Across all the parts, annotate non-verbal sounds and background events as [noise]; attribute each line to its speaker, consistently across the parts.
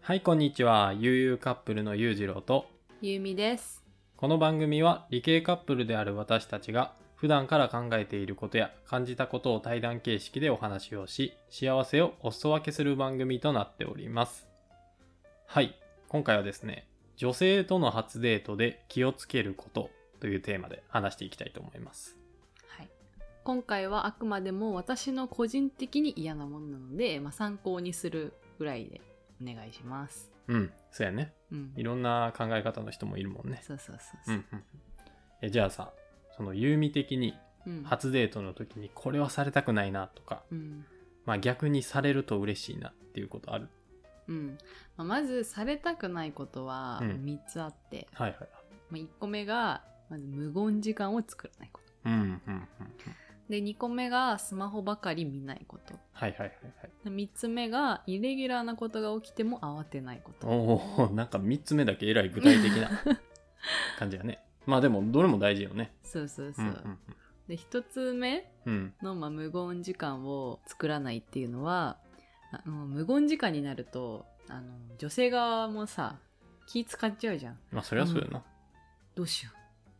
Speaker 1: はい、こんにちは。ゆうゆうカップルのゆうじろうと、
Speaker 2: ゆうみです。
Speaker 1: この番組は理系カップルである私たちが、普段から考えていることや感じたことを対談形式でお話をし、幸せをお裾分けする番組となっております。はい、今回はですね、女性との初デートで気をつけることというテーマで話していきたいと思います。
Speaker 2: はい。今回はあくまでも私の個人的に嫌なものなので、まあ、参考にするぐらいでお願いします。
Speaker 1: うん、そうやね。
Speaker 2: うん。
Speaker 1: いろんな考え方の人もいるもんね。
Speaker 2: そうそうそう
Speaker 1: う
Speaker 2: そ
Speaker 1: んうんう
Speaker 2: う。
Speaker 1: ん。え、じゃあさ、そのゆうみ的に
Speaker 2: うん。
Speaker 1: 初デートの時にこれはされたくないなとか、
Speaker 2: うん。
Speaker 1: まあ、逆にされると嬉しいなっていうことある
Speaker 2: うんまあまずされたくないことは
Speaker 1: うん
Speaker 2: 3つあって、
Speaker 1: はいはいはい
Speaker 2: まあ、1個目がまず無言時間を作らないこと
Speaker 1: うんうんうんうん
Speaker 2: で2個目がスマホばかり見ないこと
Speaker 1: はいはいはいはい
Speaker 2: で3つ目がイレギュラーなことが起きても慌てないこと
Speaker 1: おおなんか3つ目だけえらい具体 [laughs] 的な感じやねまあでもどれも大事よね
Speaker 2: そうそう
Speaker 1: う
Speaker 2: そ
Speaker 1: ん
Speaker 2: う、
Speaker 1: うんうん
Speaker 2: で1つ目
Speaker 1: うん
Speaker 2: の、まあ、無言時間を作らないっていうのはあの無言時間になるとあの女性側もさ気使っちゃうじゃん
Speaker 1: まあそりゃそうよな
Speaker 2: どうしよ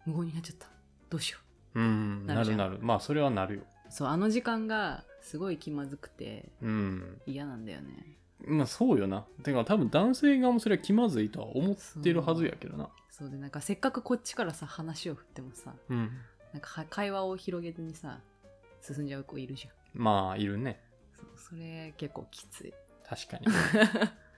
Speaker 2: う無言になっちゃったどうしよ
Speaker 1: うん、
Speaker 2: な
Speaker 1: な
Speaker 2: るじゃ
Speaker 1: る
Speaker 2: ん
Speaker 1: なるまあそれはなるよ
Speaker 2: うそうあの時間がすごい気まずくて
Speaker 1: うん
Speaker 2: 嫌なんだよね
Speaker 1: まあそうよなてか多分男性側もそれは気まずいとは思ってるはずやけどな
Speaker 2: そうでなんかせっかくこっちからさ話を振ってもさ
Speaker 1: うん
Speaker 2: なんかは会話を広げずにさ進んじゃう子いるじゃん
Speaker 1: まあいるね
Speaker 2: そうそれ結構きつい
Speaker 1: 確かに [laughs]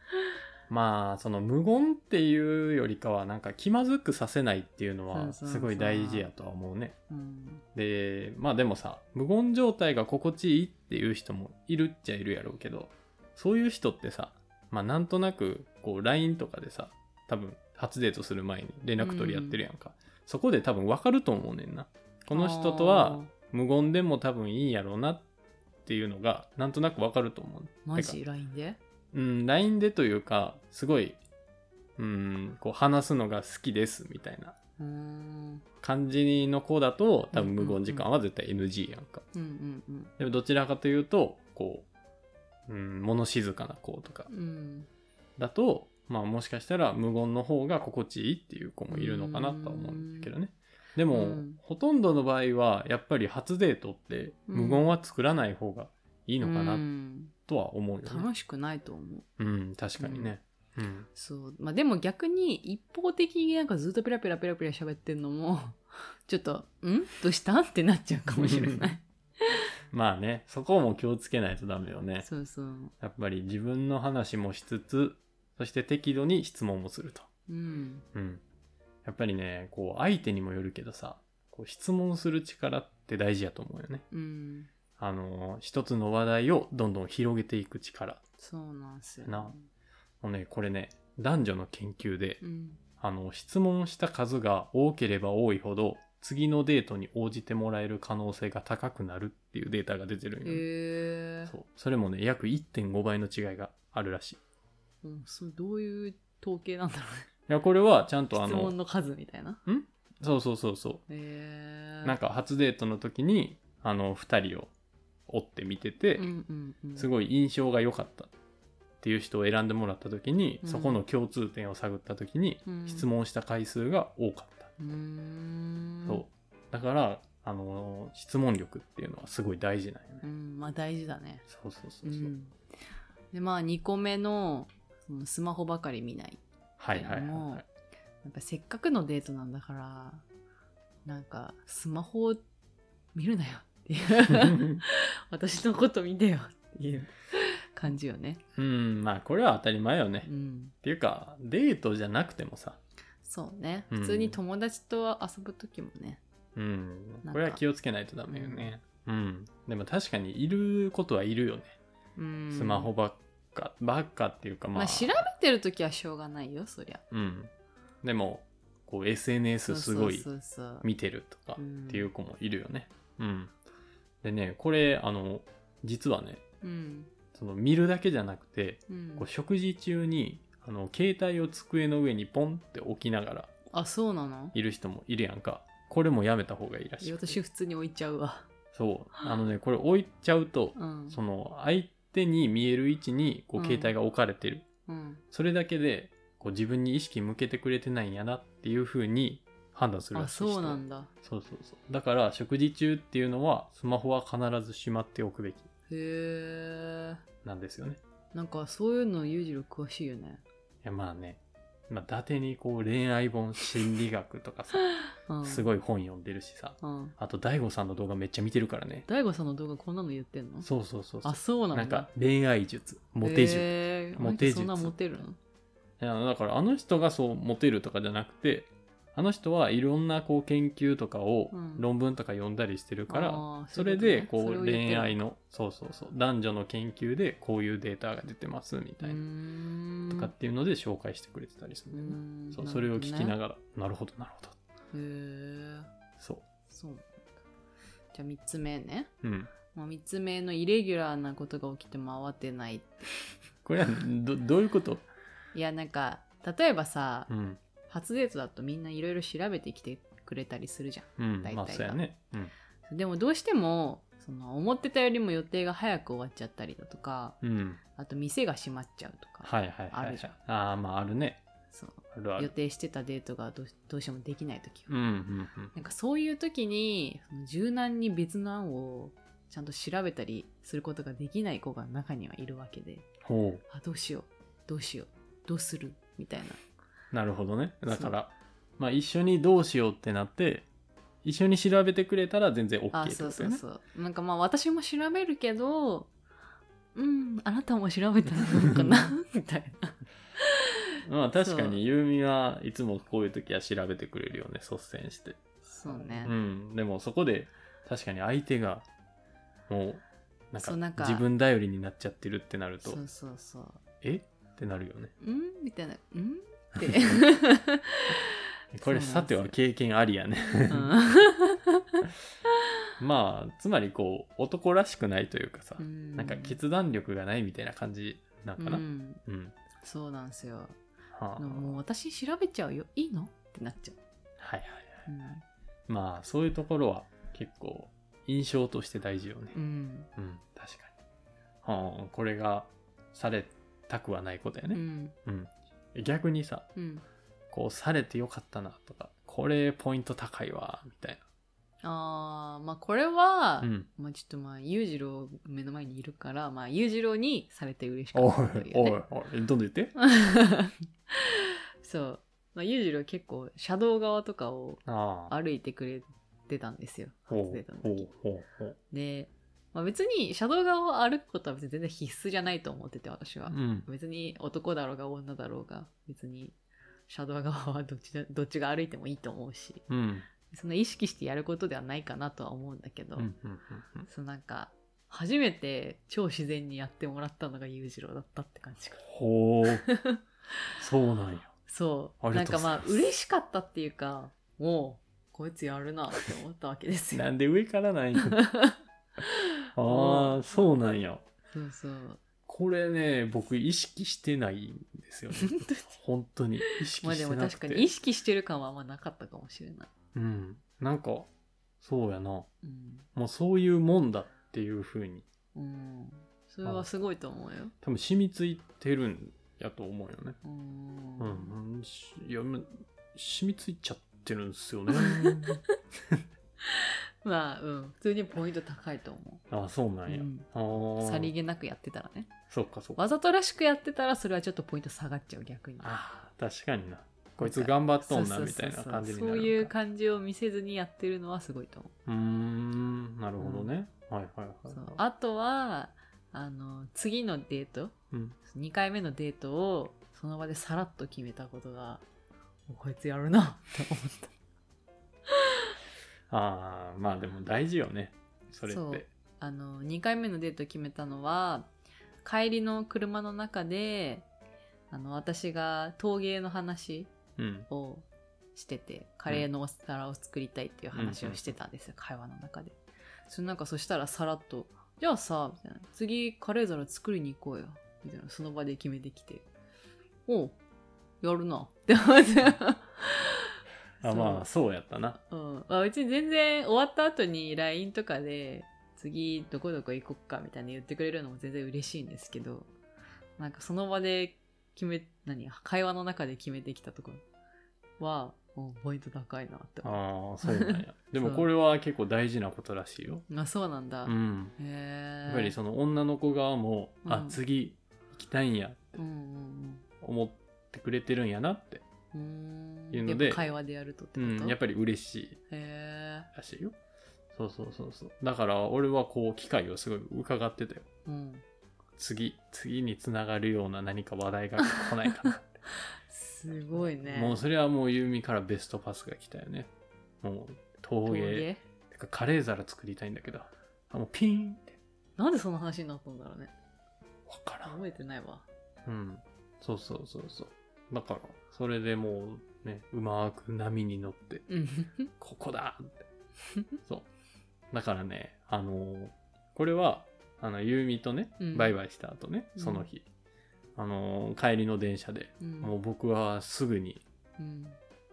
Speaker 1: まあその無言っていうよりかはなんか気まずくさせないっていうの
Speaker 2: そうそ
Speaker 1: は
Speaker 2: うそう
Speaker 1: すごい大事やとは思うね。
Speaker 2: うん
Speaker 1: でまあでもさ無言状態が心地いいっていう人もいるっちゃいるやろうけどそういう人ってさまあなんとなくこう LINE とかでさ多分初デートする前に連絡取り合ってるやんか、そこで多分分かると思うねんな。この人とは無言でも多分いいんやろうなっていうのがなんとなく分かると思う。
Speaker 2: あーマ
Speaker 1: て
Speaker 2: ジ LINE で
Speaker 1: うん、LINE でというか、すごい、うん、こう話すのが好きですみたいな
Speaker 2: うーん
Speaker 1: 感じの子だと、多分
Speaker 2: うんうんう
Speaker 1: 無言
Speaker 2: ん
Speaker 1: 時間は絶対 NG やんか。
Speaker 2: うんうんうん
Speaker 1: でもどちらかというと、こう、うん、物静かな子とか
Speaker 2: うん
Speaker 1: だと、まあもしかしたら無言の方が心地いいっていう子もいるのかなとは思うんだけどね。でも、
Speaker 2: うん
Speaker 1: ほとんどの場合は、やっぱり初デートって無言は作らない方がいい
Speaker 2: い
Speaker 1: のかなとは思うよね。
Speaker 2: 楽しくないと思う
Speaker 1: うん、確かにね。うん。
Speaker 2: そうまあでも逆に一方的になんかずっとペラペラペラペラ喋ってんのも [laughs] ちょっと「んどうした?」ってなっちゃうかもしれない
Speaker 1: まあね、そこも気をつけないとダメよね。
Speaker 2: [laughs] そうそう
Speaker 1: やっぱり自分の話もしつつ、そして適度に質問もすると。
Speaker 2: うん
Speaker 1: うん。やっぱりね、こう相手にもよるけどさ、こう質問する力って大事やと思うよね。
Speaker 2: うん
Speaker 1: あのー、一つの話題をどんどん広げていく力。
Speaker 2: そうなんすよ、
Speaker 1: なもうね、これね、男女の研究で、
Speaker 2: うん
Speaker 1: あの、質問した数が多ければ多いほど、次のデートに応じてもらえる可能性が高くなるっていうデータが出てるんよね、
Speaker 2: へえ
Speaker 1: そうそれもね約1.5倍の違いがあるらしいい
Speaker 2: うんそうどういう統計なんだろうね
Speaker 1: やこれはちゃんとあ
Speaker 2: 質
Speaker 1: の
Speaker 2: 問の数みたいな
Speaker 1: そうそうそうそ
Speaker 2: へ
Speaker 1: う
Speaker 2: え
Speaker 1: なんか初デートの時にあの2人を追って見てて、
Speaker 2: うんうんうん
Speaker 1: す
Speaker 2: い
Speaker 1: ごい印象が良かったっていう人を選んでもらった時に、
Speaker 2: うん
Speaker 1: そこの共通点を探った時に、
Speaker 2: うん
Speaker 1: 質問した回数が多かった、
Speaker 2: うーん
Speaker 1: そうだからあの質問力っていうのはすごい大事なんよね、
Speaker 2: うんまあ大事だね
Speaker 1: そうそうそううそう、
Speaker 2: ん、でまあ2個目のそのスマホばかり見ない
Speaker 1: はいはいはい
Speaker 2: も
Speaker 1: はい
Speaker 2: うやっぱせっかくのデートなんだからなんかスマホを見るなよっ
Speaker 1: [laughs]
Speaker 2: ていう私のこと見てよっていう感じよね
Speaker 1: うんまあこれは当たり前よね、
Speaker 2: う
Speaker 1: っ
Speaker 2: ん
Speaker 1: ていうかデートじゃなくてもさ
Speaker 2: そうね
Speaker 1: うん
Speaker 2: 普通に友達と遊ぶ時もね
Speaker 1: うん
Speaker 2: なんか
Speaker 1: これは気をつけないとダメよね。うん。でも確かにいることはいるよね。
Speaker 2: うん
Speaker 1: スマホばっか、ばっかっていうかまあ。
Speaker 2: まあ調べてる時はしょうがないよそりゃ
Speaker 1: うん。でも、こう SNS すごい
Speaker 2: そうそうそう
Speaker 1: 見てるとか
Speaker 2: うん
Speaker 1: っていう子もいるよね。うん。でね、これ、あの、実はね、
Speaker 2: うん
Speaker 1: その見るだけじゃなくて、
Speaker 2: うん
Speaker 1: こう食事中に、あの、携帯を机の上にポンって置きながら
Speaker 2: あそうなの
Speaker 1: いる人もいるやんか。これもやめた方がいいらし
Speaker 2: い
Speaker 1: い
Speaker 2: や。私普通に置いちゃうわ
Speaker 1: そう。あのね、これ置いちゃうと、
Speaker 2: うん
Speaker 1: その相手に見える位置にこう
Speaker 2: うん
Speaker 1: 携帯が置かれてる
Speaker 2: うん。
Speaker 1: それだけでこう自分に意識向けてくれてないんやなっていう風に判断する
Speaker 2: あ、
Speaker 1: らしい人
Speaker 2: そうなんだ。
Speaker 1: そうそうそうだから食事中っていうのはスマホは必ずしまっておくべき
Speaker 2: へえ。
Speaker 1: なんですよね
Speaker 2: なんかそういうの裕次郎詳しいよね。
Speaker 1: いやまあね、まあ、伊達にこう恋愛本心理学とかさ
Speaker 2: うん。
Speaker 1: す
Speaker 2: い。
Speaker 1: ごい本読んでるしさ
Speaker 2: うん。
Speaker 1: あと大悟さんの動画めっちゃ見てるからね
Speaker 2: 大悟さんの動画こんなの言ってんの
Speaker 1: そうそうそうそう
Speaker 2: あ、そうなんだ。
Speaker 1: なんか恋愛術モテ術、
Speaker 2: へー
Speaker 1: モテ術
Speaker 2: あの人そんなモテるの
Speaker 1: いやだからあの人がそうモテるとかじゃなくてあの人はいろんなこう研究とかを
Speaker 2: うん
Speaker 1: 論文とか読んだりしてるから、
Speaker 2: あー
Speaker 1: それでこ
Speaker 2: そういことねそれを言って
Speaker 1: 恋
Speaker 2: る
Speaker 1: 愛のそうそうそう男女の研究でこういうデータが出てますみたいな
Speaker 2: う
Speaker 1: とかっていうので紹介してくれてたりするんだよね、そうそれを聞きな
Speaker 2: が
Speaker 1: がらなるほどなるほど
Speaker 2: ら。へー
Speaker 1: そ
Speaker 2: そうなんだ。じゃあ3つ目ね。
Speaker 1: ううん
Speaker 2: まあ、3つ目のイレギュラーなことが起きても慌てない。
Speaker 1: これ
Speaker 2: [laughs]
Speaker 1: はどどういうこと、
Speaker 2: いや、なんか、例えばさ、
Speaker 1: うん
Speaker 2: 初デートだとみんないろいろ調べてきてくれたりするじゃ
Speaker 1: うん、
Speaker 2: 大体が
Speaker 1: まあそうやね、うん
Speaker 2: ん。でもどうしても、その思ってたよりも予定が早く終わっちゃったりだとか、
Speaker 1: うん、
Speaker 2: あと店が閉まっちゃうとか、
Speaker 1: はいはいはい、
Speaker 2: あ
Speaker 1: は
Speaker 2: る
Speaker 1: い
Speaker 2: じゃん、
Speaker 1: ああまああるね
Speaker 2: そう
Speaker 1: あるあ
Speaker 2: 予
Speaker 1: る
Speaker 2: 定してたデートがどうしどうしてもできない時は
Speaker 1: うんうんうん
Speaker 2: なんかそういう時にその柔軟に別の案をちゃんと調べたりすることができない子が中にはいるわけで
Speaker 1: ほ
Speaker 2: あどうしようどうしようどうするみたいな
Speaker 1: うなるほどね
Speaker 2: う
Speaker 1: だからまあ一緒にどうしようってなって一緒に調べてくれたら全然 OK ってこと
Speaker 2: あ
Speaker 1: ね
Speaker 2: そうそうそうなんかまあ私も調べるけどうんあなたも調べたらどうかな [laughs] みたいな
Speaker 1: まあ確か
Speaker 2: そう
Speaker 1: にゆうみはいつもこういう時は調べてくれるよね率先して
Speaker 2: そうね、
Speaker 1: うんでもそこで確かに相手がもうなん
Speaker 2: そうなん
Speaker 1: か
Speaker 2: か
Speaker 1: 自分頼りになっちゃってるってなると
Speaker 2: そうそうそう
Speaker 1: えってなるよね
Speaker 2: うんみたいなうんって
Speaker 1: これ
Speaker 2: そうなんですよ
Speaker 1: さては経験ありやね [laughs] まあつまりこう男らしくないというかさ、
Speaker 2: うん
Speaker 1: なんか決断力がないみたいな感じなんかな
Speaker 2: う
Speaker 1: うん、
Speaker 2: んそうなんですよ
Speaker 1: はあ、
Speaker 2: でももう私調べちゃうよいいのってなっちゃう、
Speaker 1: はいはいはい
Speaker 2: うん
Speaker 1: まあそういうところは結構印象として大事よね
Speaker 2: うん
Speaker 1: うん、確かに、はあ、これがされたくはないことや
Speaker 2: う
Speaker 1: ね、
Speaker 2: ん
Speaker 1: うん逆にさ
Speaker 2: うん
Speaker 1: こうされてよかったなとかこれポイント高いわみたい
Speaker 2: あーまあこれ
Speaker 1: な
Speaker 2: は、
Speaker 1: うん
Speaker 2: まあ、ちょっとまあ裕次郎目の前にいるからまあ裕次郎にされて嬉しか
Speaker 1: おい
Speaker 2: ったという
Speaker 1: おい
Speaker 2: ね
Speaker 1: おいどんどん言って
Speaker 2: [laughs] そう、まあ、裕次郎結構車道側とかを
Speaker 1: ああ
Speaker 2: 歩いてくれてたんですよ
Speaker 1: ほ
Speaker 2: 初デ
Speaker 1: う
Speaker 2: ートの
Speaker 1: ほう
Speaker 2: 時
Speaker 1: ほうほう
Speaker 2: で、まあ、別に車道側を歩くことは別に全然必須じゃないと思ってて私は、
Speaker 1: うん
Speaker 2: 別に男だろうが女だろうが別にシャドウ側はどっちだどっちが歩いてもいいと思うし
Speaker 1: うん
Speaker 2: そんな意識してやることではないかなとは思うんだけど、
Speaker 1: うんうんうんうん
Speaker 2: そのなんか初めて超自然にやってもらったのが裕次郎だったって感じか
Speaker 1: ほ
Speaker 2: [laughs]
Speaker 1: うそうなんや
Speaker 2: そう
Speaker 1: ありが
Speaker 2: なん
Speaker 1: とうご
Speaker 2: か
Speaker 1: ざい
Speaker 2: ま
Speaker 1: ま
Speaker 2: あ
Speaker 1: す
Speaker 2: 嬉しかったっていうかもうこいつやるなって思ったわけですよ
Speaker 1: なんで上から
Speaker 2: [laughs]
Speaker 1: なんやあ
Speaker 2: う
Speaker 1: あそうなんや
Speaker 2: そうそう
Speaker 1: これね僕意識してないんですよ
Speaker 2: [laughs]
Speaker 1: ね本当に意識
Speaker 2: まあ
Speaker 1: して
Speaker 2: で
Speaker 1: な
Speaker 2: も
Speaker 1: くて
Speaker 2: 確かに意識してる感はあんまなかったかもしれない、
Speaker 1: うんなんかそうやなも
Speaker 2: うん
Speaker 1: うそういうもんだっていう風に
Speaker 2: うん、それはすごいと思うよ
Speaker 1: 多分染みついてるんやと思うよね
Speaker 2: うん
Speaker 1: うん、うん、しいやま染みついちゃってるんですよね
Speaker 2: まあうん普通にポイント高いと思
Speaker 1: [laughs] あそうなんや、
Speaker 2: うん
Speaker 1: あ
Speaker 2: う、
Speaker 1: ー
Speaker 2: さりげなくやってたらね
Speaker 1: そっかそっか
Speaker 2: わざとらしくやってたらそれはちょっとポイント下がっちゃう逆に
Speaker 1: あー確かになこいつ頑張っとんな
Speaker 2: そう
Speaker 1: み
Speaker 2: そ
Speaker 1: た
Speaker 2: う
Speaker 1: い
Speaker 2: そうそ
Speaker 1: な
Speaker 2: う
Speaker 1: 感じになる
Speaker 2: そう
Speaker 1: のか
Speaker 2: いう感じを見せずにやってるのはすごいと思
Speaker 1: うーんなるほどね、はいはいはい
Speaker 2: うそ
Speaker 1: はいう
Speaker 2: あとはあの次のデート
Speaker 1: うん
Speaker 2: 2回目のデートをその場でさらっと決めたことがもうこいつやるなって思った
Speaker 1: ああまあでも大事よねそれっ
Speaker 2: そう
Speaker 1: て
Speaker 2: あの2回目のデートを決めたのは帰りの車の中であの私が陶芸の話
Speaker 1: うん
Speaker 2: をしててカレーのお皿を作りたいっていう話をしてたんですよ、会話の中でそれなんかそしたらさらっと「じゃあさ」みたいな「次カレー皿作りに行こうよ」みたいなその場で決めてきて「おうやるな」って思って
Speaker 1: あまあそうやったな
Speaker 2: うん、まあ、うち全然終わった後に LINE とかで次どこどこ行こっかみたいな言ってくれるのも全然嬉しいんですけどなんかその場で決め、何会話の中で決めてきたところは、もうポイント高いなって思
Speaker 1: ああそうなん
Speaker 2: [laughs]
Speaker 1: やでもこれは結構大事なことらしいよ
Speaker 2: う。あ、そうなんだ。
Speaker 1: う
Speaker 2: へ
Speaker 1: ん
Speaker 2: え。
Speaker 1: やっぱりその女の子側も、
Speaker 2: うん
Speaker 1: あ次行きたいんやって
Speaker 2: うんうん
Speaker 1: 思ってくれてるんやなって、
Speaker 2: うん。うー。
Speaker 1: いうんので
Speaker 2: やっぱ会話でやるとって
Speaker 1: う
Speaker 2: こと、
Speaker 1: ん、やっぱり嬉しい
Speaker 2: へえ。
Speaker 1: らしいよそうそうそうそうだから俺はこう機会をすごい伺ってたよ
Speaker 2: うん。
Speaker 1: 次次につながるような何か話題が来ないかな
Speaker 2: すごい [laughs] ね。
Speaker 1: もうそれはもうユーミからベストパスが来たよねもう陶
Speaker 2: 陶
Speaker 1: 芸
Speaker 2: 芸
Speaker 1: てかカレー皿作りたいんだけどあもうピーンって
Speaker 2: なんでその話になったんだろうね。
Speaker 1: わからん
Speaker 2: 覚えてないわ。
Speaker 1: うん。そうそうそうそう。だから、それでもうね、うまく波に乗って、
Speaker 2: うん。
Speaker 1: ここだ
Speaker 2: [laughs]
Speaker 1: って。そう。だからね、あのーこれは、あの、ゆうみとね
Speaker 2: う、ん
Speaker 1: バイバイした後ね、
Speaker 2: うん
Speaker 1: その日。あのー帰りの電車で、
Speaker 2: うん
Speaker 1: もう僕はすぐに、
Speaker 2: うん。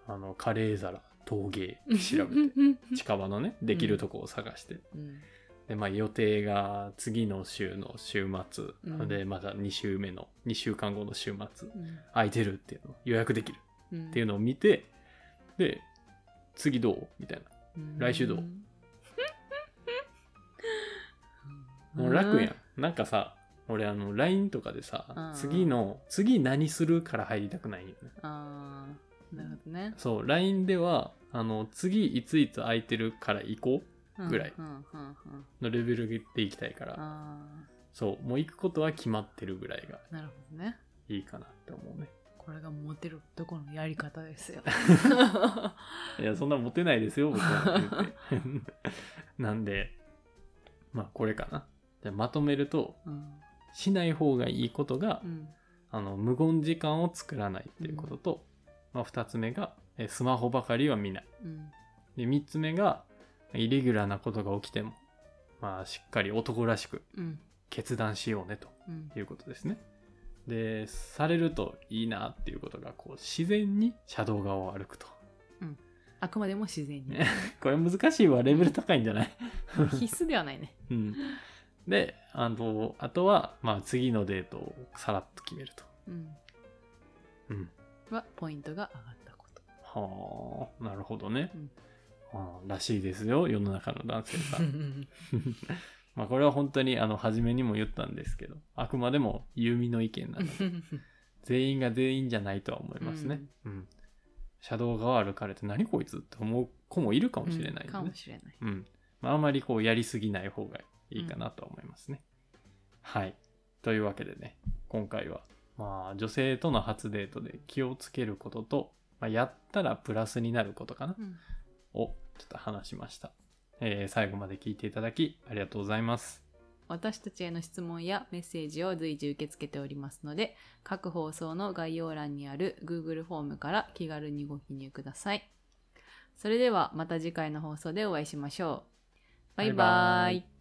Speaker 1: あの、カレー皿、陶芸、調べ
Speaker 2: [laughs]
Speaker 1: て、近場のね、できるとこを探して。
Speaker 2: うん。
Speaker 1: で、まあ予定が次の週の週末、
Speaker 2: うん
Speaker 1: で、また2週目の、2週間後の週末。
Speaker 2: うん。
Speaker 1: 空いてるっていうの予約できる
Speaker 2: うん。
Speaker 1: っていうのを見てで次どうみたい
Speaker 2: うん
Speaker 1: 来週どうなもう楽やん、。なんかさ俺あの LINE とかでさ、
Speaker 2: うんうん
Speaker 1: 次の次何するから入りたくないんよね
Speaker 2: ああ、なるほどね。
Speaker 1: そう LINE ではあの次いついつ空いてるから行こ
Speaker 2: うん
Speaker 1: ぐらい
Speaker 2: うんうんうん。
Speaker 1: うのレベルで行きたいから
Speaker 2: あ
Speaker 1: そうもう行くことは決まってるぐらいが
Speaker 2: あ、なるほどね。
Speaker 1: いいかなって思うね
Speaker 2: これがモテるどこのやり方ですよ。
Speaker 1: いやそんなモテないですよ僕 [laughs] は言ってなんでまあこれかなじゃあまとめると
Speaker 2: うん。
Speaker 1: しない方がいいことが、
Speaker 2: うん。
Speaker 1: あの無言時間を作らないっていうことと、まあ、2つ目がえースマホばかりは見ない
Speaker 2: うん。
Speaker 1: で3つ目がイレギュラーなことが起きても、まあ、しっかり男らしく
Speaker 2: うん。
Speaker 1: 決断しようねと
Speaker 2: うん。
Speaker 1: いうことですねでされるといいなっていうことがこう自然に車道側を歩くと
Speaker 2: あくまでも自然に。
Speaker 1: [laughs] これ難しいわレベル高いんじゃない
Speaker 2: 必須ではないね。
Speaker 1: うんであのあとは、まあ、次のデートをさらっと決めると
Speaker 2: うん。
Speaker 1: うん
Speaker 2: は、ポイントが上がったこと。
Speaker 1: はあなるほどね、
Speaker 2: うん
Speaker 1: ああらしいですよ世の中の男性さ
Speaker 2: [laughs] うんん
Speaker 1: まあこれは本当にあの初めにも言ったんですけどあくまでも優美の意見なので全員が全員じゃないとは思いますねうん、車道側歩かれて何こいつって思う子もいるかもしれない
Speaker 2: か
Speaker 1: よね
Speaker 2: もしれない。
Speaker 1: うん、まあ、あまりこうやりすぎない方がいいかなとは思いますね、はいというわけでね今回はまあ女性との初デートで気をつけることと、まあ、やったらプラスになることかな
Speaker 2: うん
Speaker 1: をちょっと話しました、えー最後まで聞いていただきありがとうございます
Speaker 2: 私たちへの質問やメッセージを随時受け付けておりますので、各放送の概要欄にある Google フォームから気軽にご記入ください。それではまた次回の放送でお会いしましょう。バイバ
Speaker 1: バイバ
Speaker 2: イ
Speaker 1: イ